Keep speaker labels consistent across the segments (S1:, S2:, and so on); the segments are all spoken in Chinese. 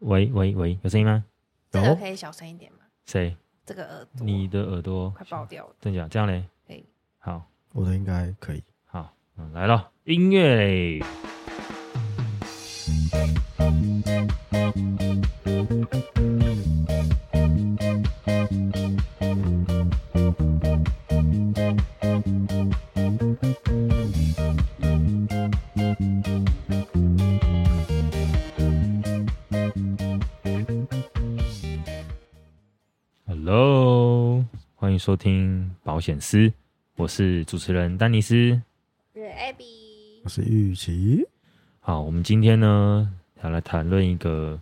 S1: 喂喂喂，有声音吗？
S2: 这个可以小声一点吗？
S1: 谁？
S2: 这个耳朵
S1: 你的耳朵
S2: 快爆掉了。
S1: 真假？这样嘞？
S2: 啊可以
S1: 好，
S3: 我的应该可以。
S1: 好，嗯，来了，音乐嘞。Hello，欢迎收听保险丝，我是主持人丹尼斯。
S2: 是 Abby，
S3: 我是玉琪，
S1: 好，我们今天呢要来谈论一个，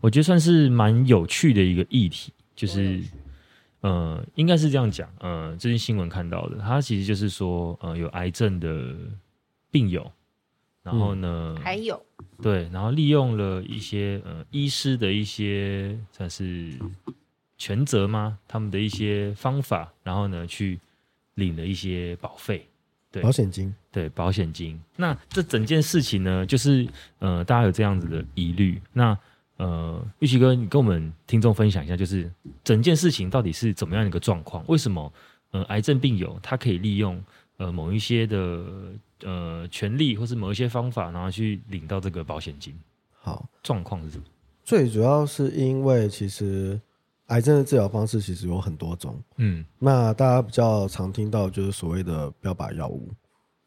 S1: 我觉得算是蛮有趣的一个议题，就是呃，应该是这样讲，呃，最近新闻看到的，它其实就是说，呃，有癌症的病友，然后呢，
S2: 还有
S1: 对，然后利用了一些呃医师的一些算是权责吗？他们的一些方法，然后呢去领了一些保费，对
S3: 保险金
S1: 对保险金。那这整件事情呢，就是呃大家有这样子的疑虑，那呃玉琪哥，你跟我们听众分享一下，就是整件事情到底是怎么样一个状况？为什么呃癌症病友他可以利用呃某一些的呃权利或是某一些方法，然后去领到这个保险金？
S3: 好，
S1: 状况是什么？
S3: 最主要是因为其实癌症的治疗方式其实有很多种，
S1: 嗯，
S3: 那大家比较常听到就是所谓的标靶药物。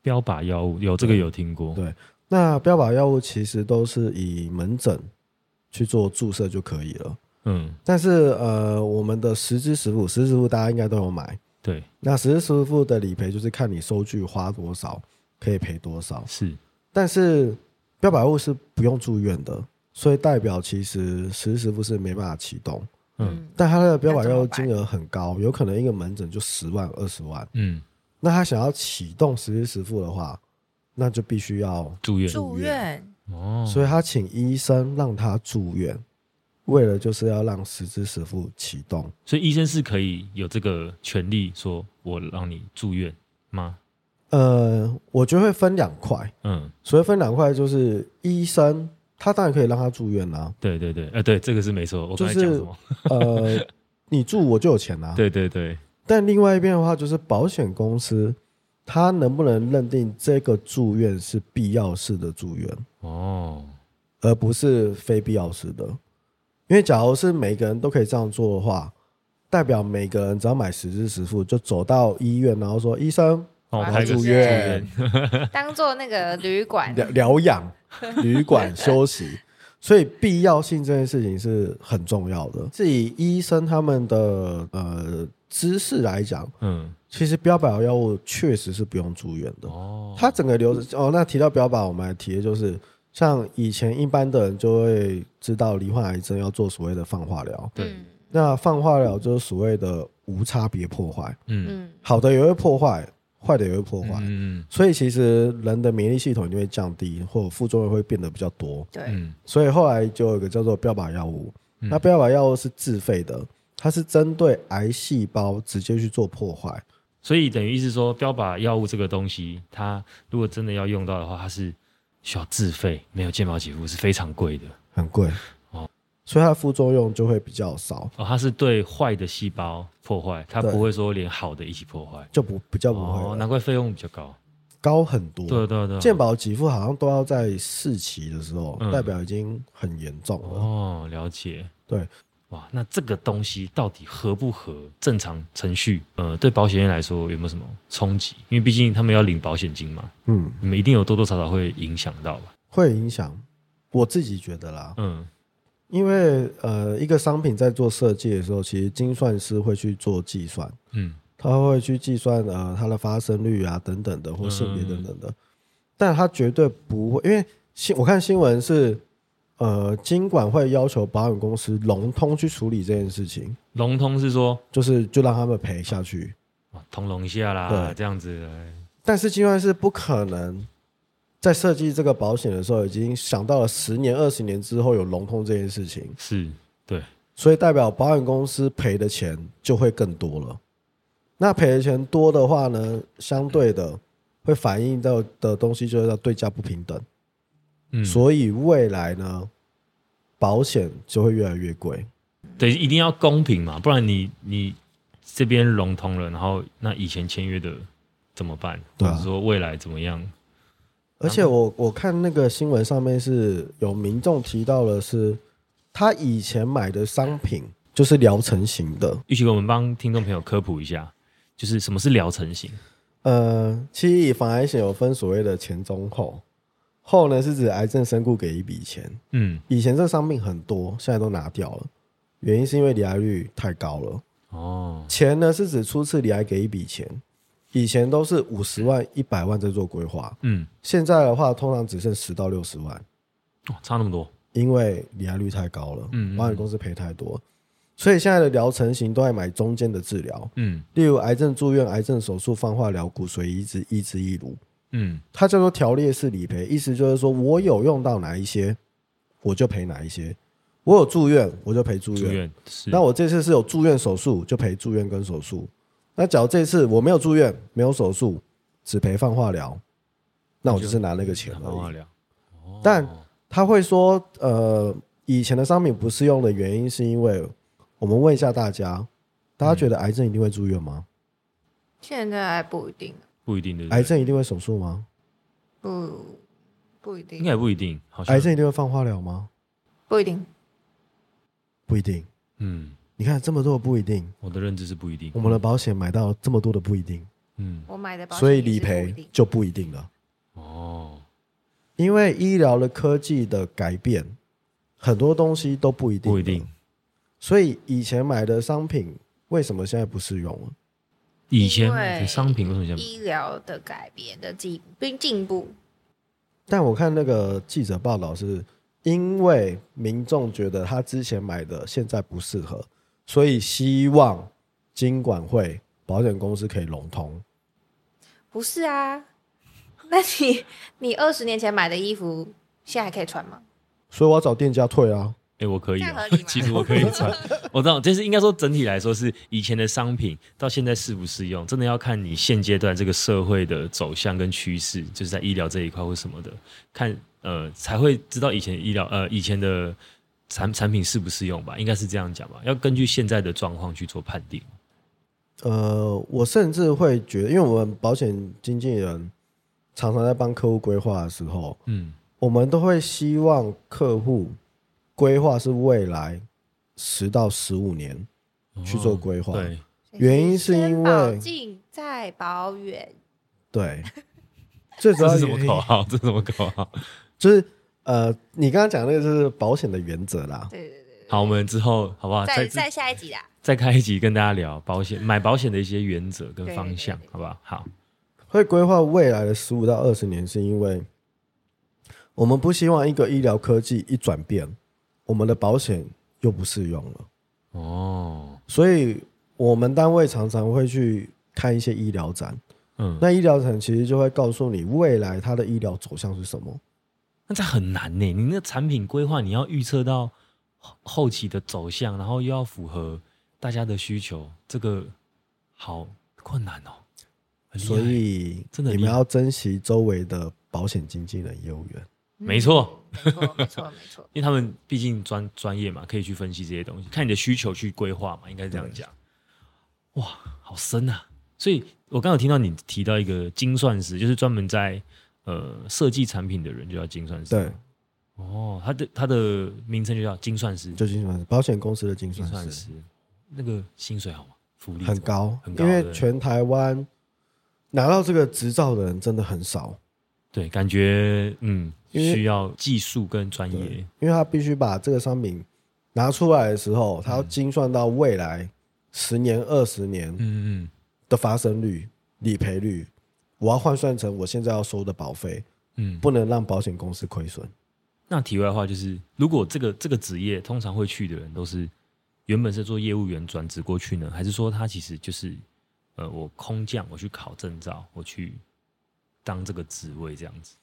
S1: 标靶药物有这个有听过，
S3: 对那标靶药物其实都是以门诊去做注射就可以了，
S1: 嗯，
S3: 但是呃，我们的实支实付，实支实付大家应该都有买。
S1: 对，
S3: 那实支实付的理赔就是看你收据花多少，可以赔多少。
S1: 是，嗯
S3: 但是标靶物是不用住院的，所以代表其实实时时付是没办法启动。
S1: 嗯
S2: 嗯，
S3: 但他的标靶药金额很高，有可能一个门诊就十万二十万。
S1: 嗯，
S3: 那他想要启动实时时付的话，那就必须要，
S1: 住院
S2: 住院
S1: 哦，
S3: 所以他请医生让他住院，为了就是要让实支实付启动。
S1: 所以医生是可以有这个权利，说我让你住院吗？
S3: 呃，我觉得会分两块，
S1: 嗯，
S3: 所谓分两块就是医生，他当然可以让他住院啊啦、
S1: 对对对，呃，对，这个是没错。我刚才
S3: 就是
S1: 讲什么？
S3: 呃，你住我就有钱啦、啊
S1: 对对对，
S3: 但另外一边的话，就是保险公司它能不能认定这个住院是必要式的住院，
S1: 哦，
S3: 而不是非必要式的？因为假如是每个人都可以这样做的话，代表每个人只要买实支实付，就走到医院，然后说医生
S1: 帮我
S2: 我要
S1: 拍个
S2: 住
S3: 院
S1: 住院
S2: 当做那个旅馆，
S3: 疗疗养、旅馆休息。 所以必要性这件事情是很重要的。至于医生他们的呃知识来讲，
S1: 嗯，
S3: 其实标靶药物确实是不用住院的。
S1: 哦，
S3: 它整个流程哦，那提到标靶，我们来提的就是，像以前一般的人就会知道罹患癌症要做所谓的放化疗，
S1: 对，
S2: 嗯
S3: 那放化疗就是所谓的无差别破坏，
S1: 嗯
S2: 嗯，
S3: 好的也会破坏，坏的也会破
S1: 嗯
S3: 坏，
S1: 嗯
S3: 所以其实人的免疫力系统就会降低，或者副作用会变得比较多，
S2: 对，
S1: 嗯
S3: 所以后来就有一个叫做标靶药物，
S1: 嗯
S3: 那标靶药物是自费的，它是针对癌细胞直接去做破坏，
S1: 所以等于意思说，标靶药物这个东西，它如果真的要用到的话，它是需要自费，没有健保给付是非常贵的。
S3: 很贵
S1: 哦
S3: 哦，所以它的副作用就会比较少。
S1: 哦，它是对坏的细胞破坏，它
S3: 对
S1: 不会说连好的一起破坏。
S3: 就不比较不会了、
S1: 哦，难怪费用比较高。
S3: 高很多。
S1: 对啊对啊对啊。
S3: 健保给付好像都要在四期的时候，
S1: 嗯
S3: 代表已经很严重了。
S1: 哦，了解。
S3: 对，
S1: 哇，那这个东西到底合不合正常程序？呃，对保险业来说有没有什么冲击？因为毕竟他们要领保险金嘛，
S3: 嗯，
S1: 你们一定有多多少少会影响到吧？
S3: 会影响。我自己觉得啦，
S1: 嗯
S3: 因为呃，一个商品在做设计的时候，其实精算师会去做计算，
S1: 嗯
S3: 他会去计算呃它的发生率啊等等的，或性别等等
S1: 嗯
S3: 的，但他绝对不会，因为新我看新闻是呃，金管会要求保险公司融通去处理这件事情，
S1: 笼统是说
S3: 就是就让他们赔下去。
S1: 哇通融一下啦，
S3: 对
S1: 这样子。
S3: 但是金算是不可能在设计这个保险的时候，已经想到了十年、二十年之后有融通这件事情，
S1: 是，对，
S3: 所以代表保险公司赔的钱就会更多了。那赔的钱多的话呢，相对的会反映到的东西就是要对价不平等，
S1: 嗯，
S3: 所以未来呢，保险就会越来越贵。
S1: 对，一定要公平嘛，不然你你这边融通了，然后那以前签约的怎么办？
S3: 对啊
S1: 或者说未来怎么样？
S3: 而且我我看那个新闻上面是有民众提到了是，他以前买的商品就是疗程型的，
S1: 玉琪哥，我们帮听众朋友科普一下，就是什么是疗程型？
S3: 呃，其实以防癌险有分所谓的前中后，后呢是指癌症身故给一笔钱，
S1: 嗯，
S3: 以前这伤病很多，现在都拿掉了，原因是因为罹癌率太高了。
S1: 哦，
S3: 钱呢是指初次罹癌给一笔钱，以前都是五十万、一百万在做规划，
S1: 嗯，
S3: 现在的话通常只剩十到六十万，
S1: 哦差那么多，
S3: 因为罹癌率太高了，
S1: 嗯嗯
S3: 保险公司赔太多，所以现在的疗程型都在买中间的治疗，
S1: 嗯
S3: 例如癌症住院、癌症手术、放化疗、骨髓移植、移植义乳。
S1: 嗯
S3: 它叫做条列式理赔，意思就是说我有用到哪一些，我就赔哪一些；我有住院，我就赔住
S1: 住
S3: 院。
S1: 院是，
S3: 那我这次是有住院手术，就赔住院跟手术。那假如这次我没有住院，没有手术，只赔放化疗，那我就是拿那个钱
S1: 好好
S3: 而已。
S1: 聊。哦
S3: 但他会说，呃，以前的商品不适用的原因是因为，我们问一下大家，大家觉得癌症一定会住院吗？
S2: 现在还不一定，
S1: 不一定对不对
S3: 癌症一定会手术吗？
S2: 不不一
S1: 应
S2: 定，
S1: 该也不一定，好像
S3: 癌症一定会放化疗吗？
S2: 不一定。
S3: 不一定。
S1: 嗯，
S3: 你看这么多的不一定，
S1: 我的认知是不一定
S3: 我。们的保险买到这么多的不一定，
S1: 嗯，
S2: 我买的保险
S3: 所以
S2: 也
S3: 理
S2: 是不一
S3: 赔
S2: 定
S3: 就不一定了。
S1: 哦，
S3: 因为医疗的科技的改变，很多东西都不一定，
S1: 不一定。。
S3: 所以以前买的商品为什么现在不适用了？
S1: 以前
S2: 因为
S1: 的商品为什么像
S2: 医疗的改变的进并进步，
S3: 但我看那个记者报道是，因为民众觉得他之前买的现在不适合，所以希望金管会保险公司可以融通。
S2: 不是啊？ 那你你二十年前买的衣服，现在还可以穿吗？
S3: 所以我要找店家退啊。
S1: 哎、我可以、哦
S2: 这样合理，吗
S1: 其实我可以穿。我知道，就是应该说整体来说是以前的商品到现在适不适用，真的要看你现阶段这个社会的走向跟趋势，就是在医疗这一块或什么的，看呃才会知道以前医疗呃以前的产产品适不适用吧，应该是这样讲吧，要根据现在的状况去做判定。
S3: 呃，我甚至会觉得，因为我们保险经纪人常常在帮客户规划的时候，
S1: 嗯
S3: 我们都会希望客户规划是未来十到十五年哦去做规划。
S1: 对，
S3: 原因是因
S2: 先
S3: 为
S2: 保进再保远，
S3: 对， 最主
S1: 这
S3: 要
S1: 是什
S3: 原
S1: 么
S3: 因
S1: 口号？这是什么口号？
S3: 就是呃，你刚刚讲那个就是保险的原则啦。
S2: 对对对，
S1: 好，我们之后好不好？
S2: 再
S1: 啊再
S2: 再下一集啦。
S1: 再开一集跟大家聊保险买保险的一些原则跟方向
S2: 对对，对
S1: 好不好？好，
S3: 会规划未来的十五到二十年，是因为我们不希望一个医疗科技一转变，我们的保险又不适用了。
S1: 哦，
S3: 所以我们单位常常会去看一些医疗展，
S1: 嗯，
S3: 那医疗展其实就会告诉你未来它的医疗走向是什么。
S1: 那这很难呢。你那产品规划，你要预测到后后期的走向，然后又要符合大家的需求，这个好困难哦。很厉害
S3: 所以
S1: 真的很
S3: 你
S1: 厉
S3: 们
S1: 害
S3: 要珍惜周围的保险经纪人、业务员。
S2: 嗯
S1: 没错，
S2: 没错，没错，没错。
S1: 因为他们毕竟专专业嘛，可以去分析这些东西，看你的需求去规划嘛，应该是这样讲。哇，好深啊！所以我刚有听到你提到一个精算师，就是专门在呃设计产品的人就叫精算师。
S3: 对，
S1: 哦，他的他的名称就叫精算师，
S3: 就精算师，保险公司的精
S1: 精
S3: 算
S1: 算师。
S3: 师
S1: 那个薪水好吗？福利
S3: 嗯很
S1: 怎么样
S3: 高，
S1: 很高
S3: 因为
S1: 对
S3: 全台湾拿到这个执照的人真的很少，
S1: 对，感觉嗯，
S3: 因为
S1: 需要技术跟专业
S3: 对，因为他必须把这个商品拿出来的时候，
S1: 嗯
S3: 他要精算到未来十年、二十年
S1: 嗯嗯
S3: 的发生率、理赔率，我要换算成我现在要收的保费，
S1: 嗯。
S3: 不能让保险公司亏损。
S1: 那题外话就是，如果这个这个职业通常会去的人都是原本是做业务员转职过去呢，还是说他其实就是呃，我空降我去考证照，我去当这个职位这样子？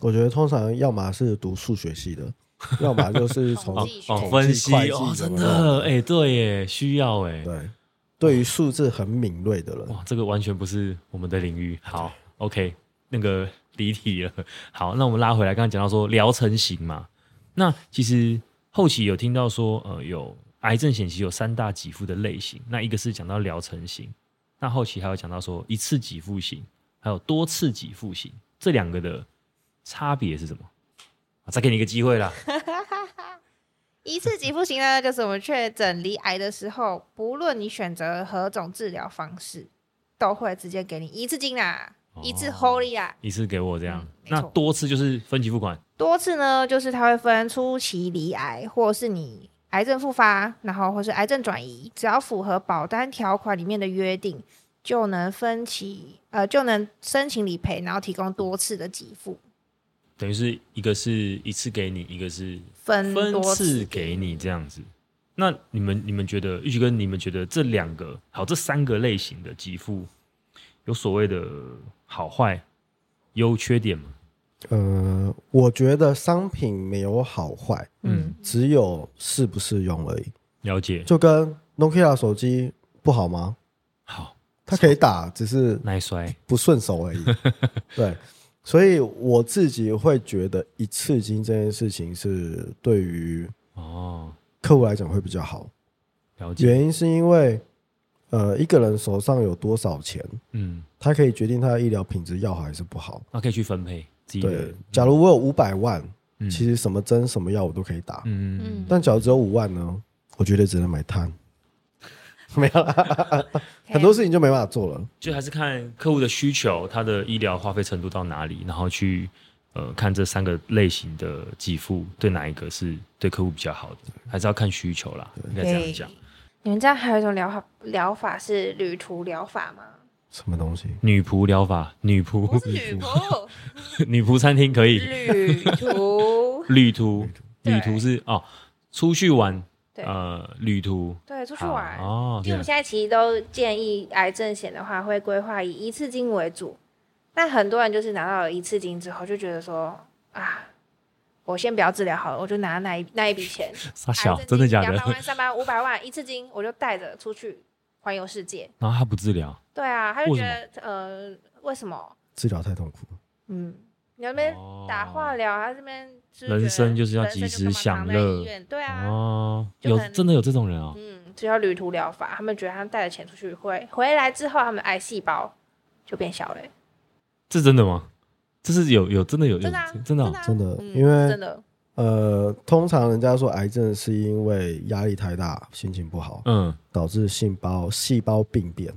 S3: 我觉得通常要么是读数学系的，要么 就是从
S2: 统计学
S1: 哦，
S2: 统
S1: 分
S3: 计
S1: 析
S3: 会计
S1: 哦，真
S3: 什么
S1: 的哎、对耶，需要哎，
S3: 对对于数字很敏锐的人，
S1: 哇，这个完全不是我们的领域。好，OK，那个离题了。好，那我们拉回来，刚刚讲到说疗程型嘛，那其实后期有听到说，呃，有癌症险其实有三大给付的类型，那一个是讲到疗程型，那后期还有讲到说一次给付型，还有多次给付型，这两个的差别是什么？啊再给你一个机 会啦，
S2: 一次给付型呢，就是我们确诊离癌的时候，不论你选择何种治疗方式，都会直接给你一次金啦，一次
S1: 哦
S2: Holy 啦。
S1: 一次给我这样
S2: 嗯，没
S1: 那
S2: 错
S1: 多次就是分期付款，
S2: 多次呢，就是它会分初期离癌，或是你癌症复发，然后或是癌症转移，只要符合保单条款里面的约定，就能分期呃就能申请理赔，然后提供多次的给付，
S1: 等于是一个是一次给你，一个是
S2: 分
S1: 分
S2: 多
S1: 次给你这样子。那你们你们觉得玉琪哥，你们觉得这两个好，这三个类型的给付有所谓的好坏、优缺点吗？
S3: 呃，我觉得商品没有好坏，
S1: 嗯
S2: 嗯，
S3: 只有适不适用而已。
S1: 了解，
S3: 就跟 Nokia 手机不好吗？
S1: 好，
S3: 它可以打，只是
S1: 耐摔，
S3: 不顺手而已。对，所以我自己会觉得一次金这件事情是对于
S1: 哦，
S3: 客户来讲会比较好，
S1: 了解，
S3: 原因是因为呃，一个人手上有多少钱，
S1: 嗯，
S3: 他可以决定他的医疗品质要好还是不好。
S1: 那可以去分配自己的
S3: 对，，假如我有五百万，
S1: 嗯
S3: 其实什么针什么药我都可以打，
S1: 嗯嗯
S2: 嗯
S3: 但假如只有五万呢，我觉得只能买碳。没有啦，很多事情就没办法做了。
S1: 就还是看客户的需求，他的医疗花费程度到哪里，然后去呃看这三个类型的给付对哪一个是对客户比较好的，还是要看需求啦，应该这样讲。
S2: 你们这样还有一种疗法疗法是旅途疗法吗？
S3: 什么东西？
S1: 女仆疗法，女
S2: 不
S1: 仆
S2: 是旅 途，
S1: 女仆餐厅可以，
S2: 旅 途
S1: 旅途
S2: 对
S1: 旅途是哦，出去玩，
S2: 对
S1: 呃，旅途
S2: 对出去
S1: 好
S2: 玩。
S1: 哦，
S2: 因为我们现在其实都建议癌症险的话，会规划以一次金为主。但很多人就是拿到了一次金之后，就觉得说啊，我先不要治疗好了，我就拿那一那一笔 钱，
S1: 傻
S2: 癌
S1: 小，真的假的？
S2: 两百万、三百万、五百万一次金，我就带着出去环游世界。
S1: 然后他不治疗，
S2: 对啊，他就
S1: 为
S2: 觉
S1: 什
S2: 得呃，为什么？
S3: 治疗太痛苦了。
S2: 嗯，你要那边打化疗，他这边就是觉得
S1: 哦人生就是要
S2: 人
S1: 及
S2: 生
S1: 时
S2: 干嘛
S1: 享
S2: 躺在
S1: 乐
S2: 医院对啊，
S1: 哦，
S2: 就
S1: 有
S2: 可能
S1: 真的有这种人哦，
S2: 嗯，这叫旅途疗法。他们觉得他们带着钱出去回回来之后，他们的癌细胞就变小了、
S1: 这真的吗？这是有有真的有有
S2: 真的啊、
S1: 真的哦
S2: 啊
S3: 真的
S2: 嗯
S3: 因为
S2: 真的
S3: 呃，通常人家说癌症是因为压力太大，心情不好，
S1: 嗯，
S3: 导致细胞细胞病变。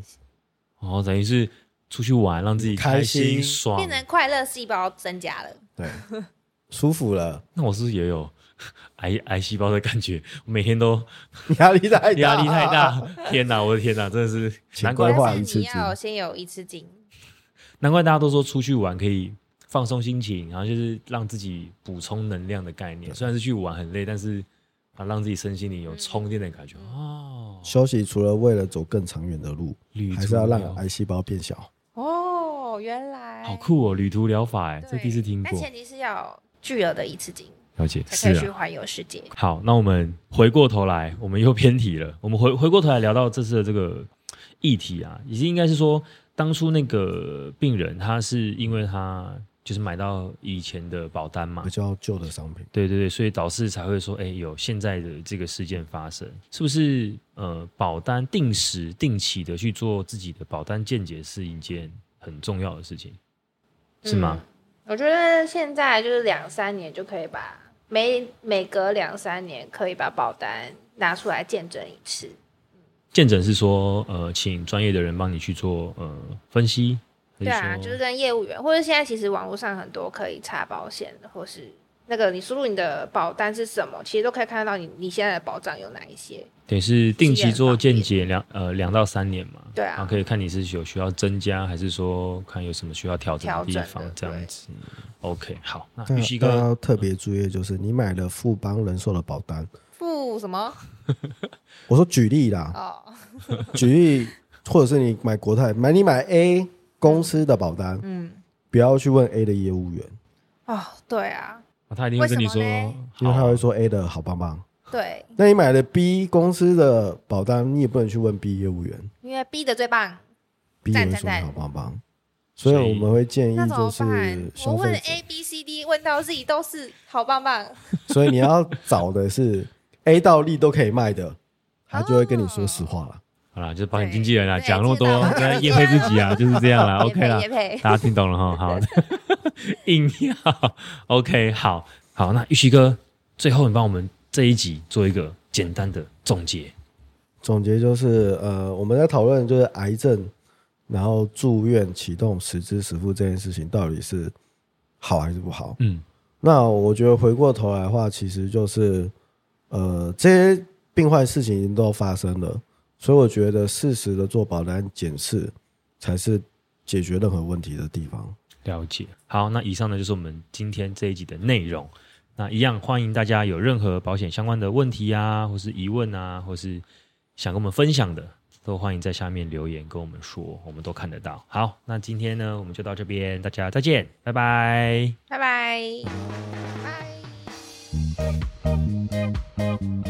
S1: 哦，等于是出去玩，让自己开
S3: 开心
S1: 爽
S2: 变。成快乐细胞增加了，
S3: 对，舒服了，
S1: 那我是不是也有 癌癌细胞的感觉？我每天都
S3: 压力太大，
S1: 压力太。大，天哪，我的天哪，真的是
S3: 请
S1: 难
S3: 规
S1: 怪
S3: 划
S2: 但
S3: 一
S2: 是
S3: 次
S2: 你
S3: 金
S2: 要先有一次金，
S1: 难怪大家都说出去玩可以放松心情，然后就是让自己补充能量的概念。虽然是去玩很累，但是啊，让自己身心里有充电的感觉。
S3: 嗯
S1: 哦，
S3: 休息除了为了走更长远的路，
S1: 旅
S3: 还
S1: 途
S3: 是要让啊
S1: 疗
S3: 癌细胞变小。
S2: 哦，原来
S1: 好，酷哦，旅途疗法哎，
S2: 对
S1: 这第一次听
S2: 但
S1: 过，
S2: 前提是要巨额的一次金
S1: 了解是
S2: 才可以
S1: 啊
S2: 去。环游世界。
S1: 好，那我们回过头来，我们又偏题了。我们回回过头来聊到这次的这个议题啊，已经应该是说，当初那个病人他是因为他就是买到以前的保单嘛
S3: 比，较旧的商品，
S1: 对对对，所以导致才会说，哎，有现在的这个事件发生，是不是？呃，保单定时定期的去做自己的保单见解是一件很重要的事情，是吗？
S2: 嗯我觉得现在就是两三年就可以把每每隔两三年可以把保单拿出来见证一次。
S1: 见诊是说，呃，请专业的人帮你去做呃分析，还
S2: 对啊，
S1: 说
S2: 就是跟业务员，或者现在其实网络上很多可以查保险的，或是那个你输入你的保单是什么，其实都可以看得到你你现在的保障有哪一些。
S1: 等于是定期做
S2: 自己也
S1: 健
S2: 很
S1: 检两呃两到三年嘛，
S2: 对啊
S1: 然后可以看你是有需要增加，还是说看有什么需要调整的地
S2: 调整
S1: 方
S2: 的
S1: 这样子。OK，好，那
S3: 但
S1: 玉溪
S3: 但
S1: 哥
S3: 要特别注意，就是你买了富邦人寿的保单，
S2: 付什么？
S3: 我说举例啦，
S2: 哦，
S3: 举例，或者是你买国泰，买你买 A 公司的保单，
S2: 嗯，
S3: 不要去问 A 的业务员，
S2: 哦，对啊，
S1: 哦他一定会跟你说
S2: 为什么嘞，
S3: 因为他
S1: 好
S3: 会说 A 的好棒棒。
S2: 对，
S3: 那你买了 B 公司的保单，你也不能去问 B 业务员
S2: 因为 B 的最棒，
S3: ，B 业务员说
S2: 赞
S3: 你好棒棒，所以我们会建议
S2: 那怎
S3: 就
S2: 么
S3: 是
S2: 办？
S3: 消
S2: 我问
S3: 费
S2: A
S3: 者，
S2: B C D，问到 Z 都是好棒棒，
S3: 所以你要找的是 A 到利都可以卖的，他就会跟你说实话
S2: 哦
S3: 了。
S1: 好啦，就是保险经纪人啦，
S2: 对
S1: 讲那么多
S2: 知道，
S1: 在叶配自己 啊，就是这样啦
S2: 也
S1: ，OK
S2: 配
S1: 啦
S2: 也，配。
S1: 大家听懂了 哈，好，硬要，OK，好好，那玉玺哥，最后你帮我们这一集做一个简单的总结，
S3: 总结就是，呃，我们在讨论就是癌症，然后住院启动实支实付这件事情到底是好还是不好？
S1: 嗯
S3: 那我觉得回过头来的话，其实就是，呃，这些病患事情已经都发生了，所以我觉得适时的做保单检视才是解决任何问题的地方。
S1: 了解。好，那以上呢就是我们今天这一集的内容。那一样欢迎大家有任何保险相关的问题啊，或是疑问啊，或是想跟我们分享的，都欢迎在下面留言跟我们说，我们都看得到。好，那今天呢我们就到这边，大家再见，拜拜。
S2: 拜拜，拜。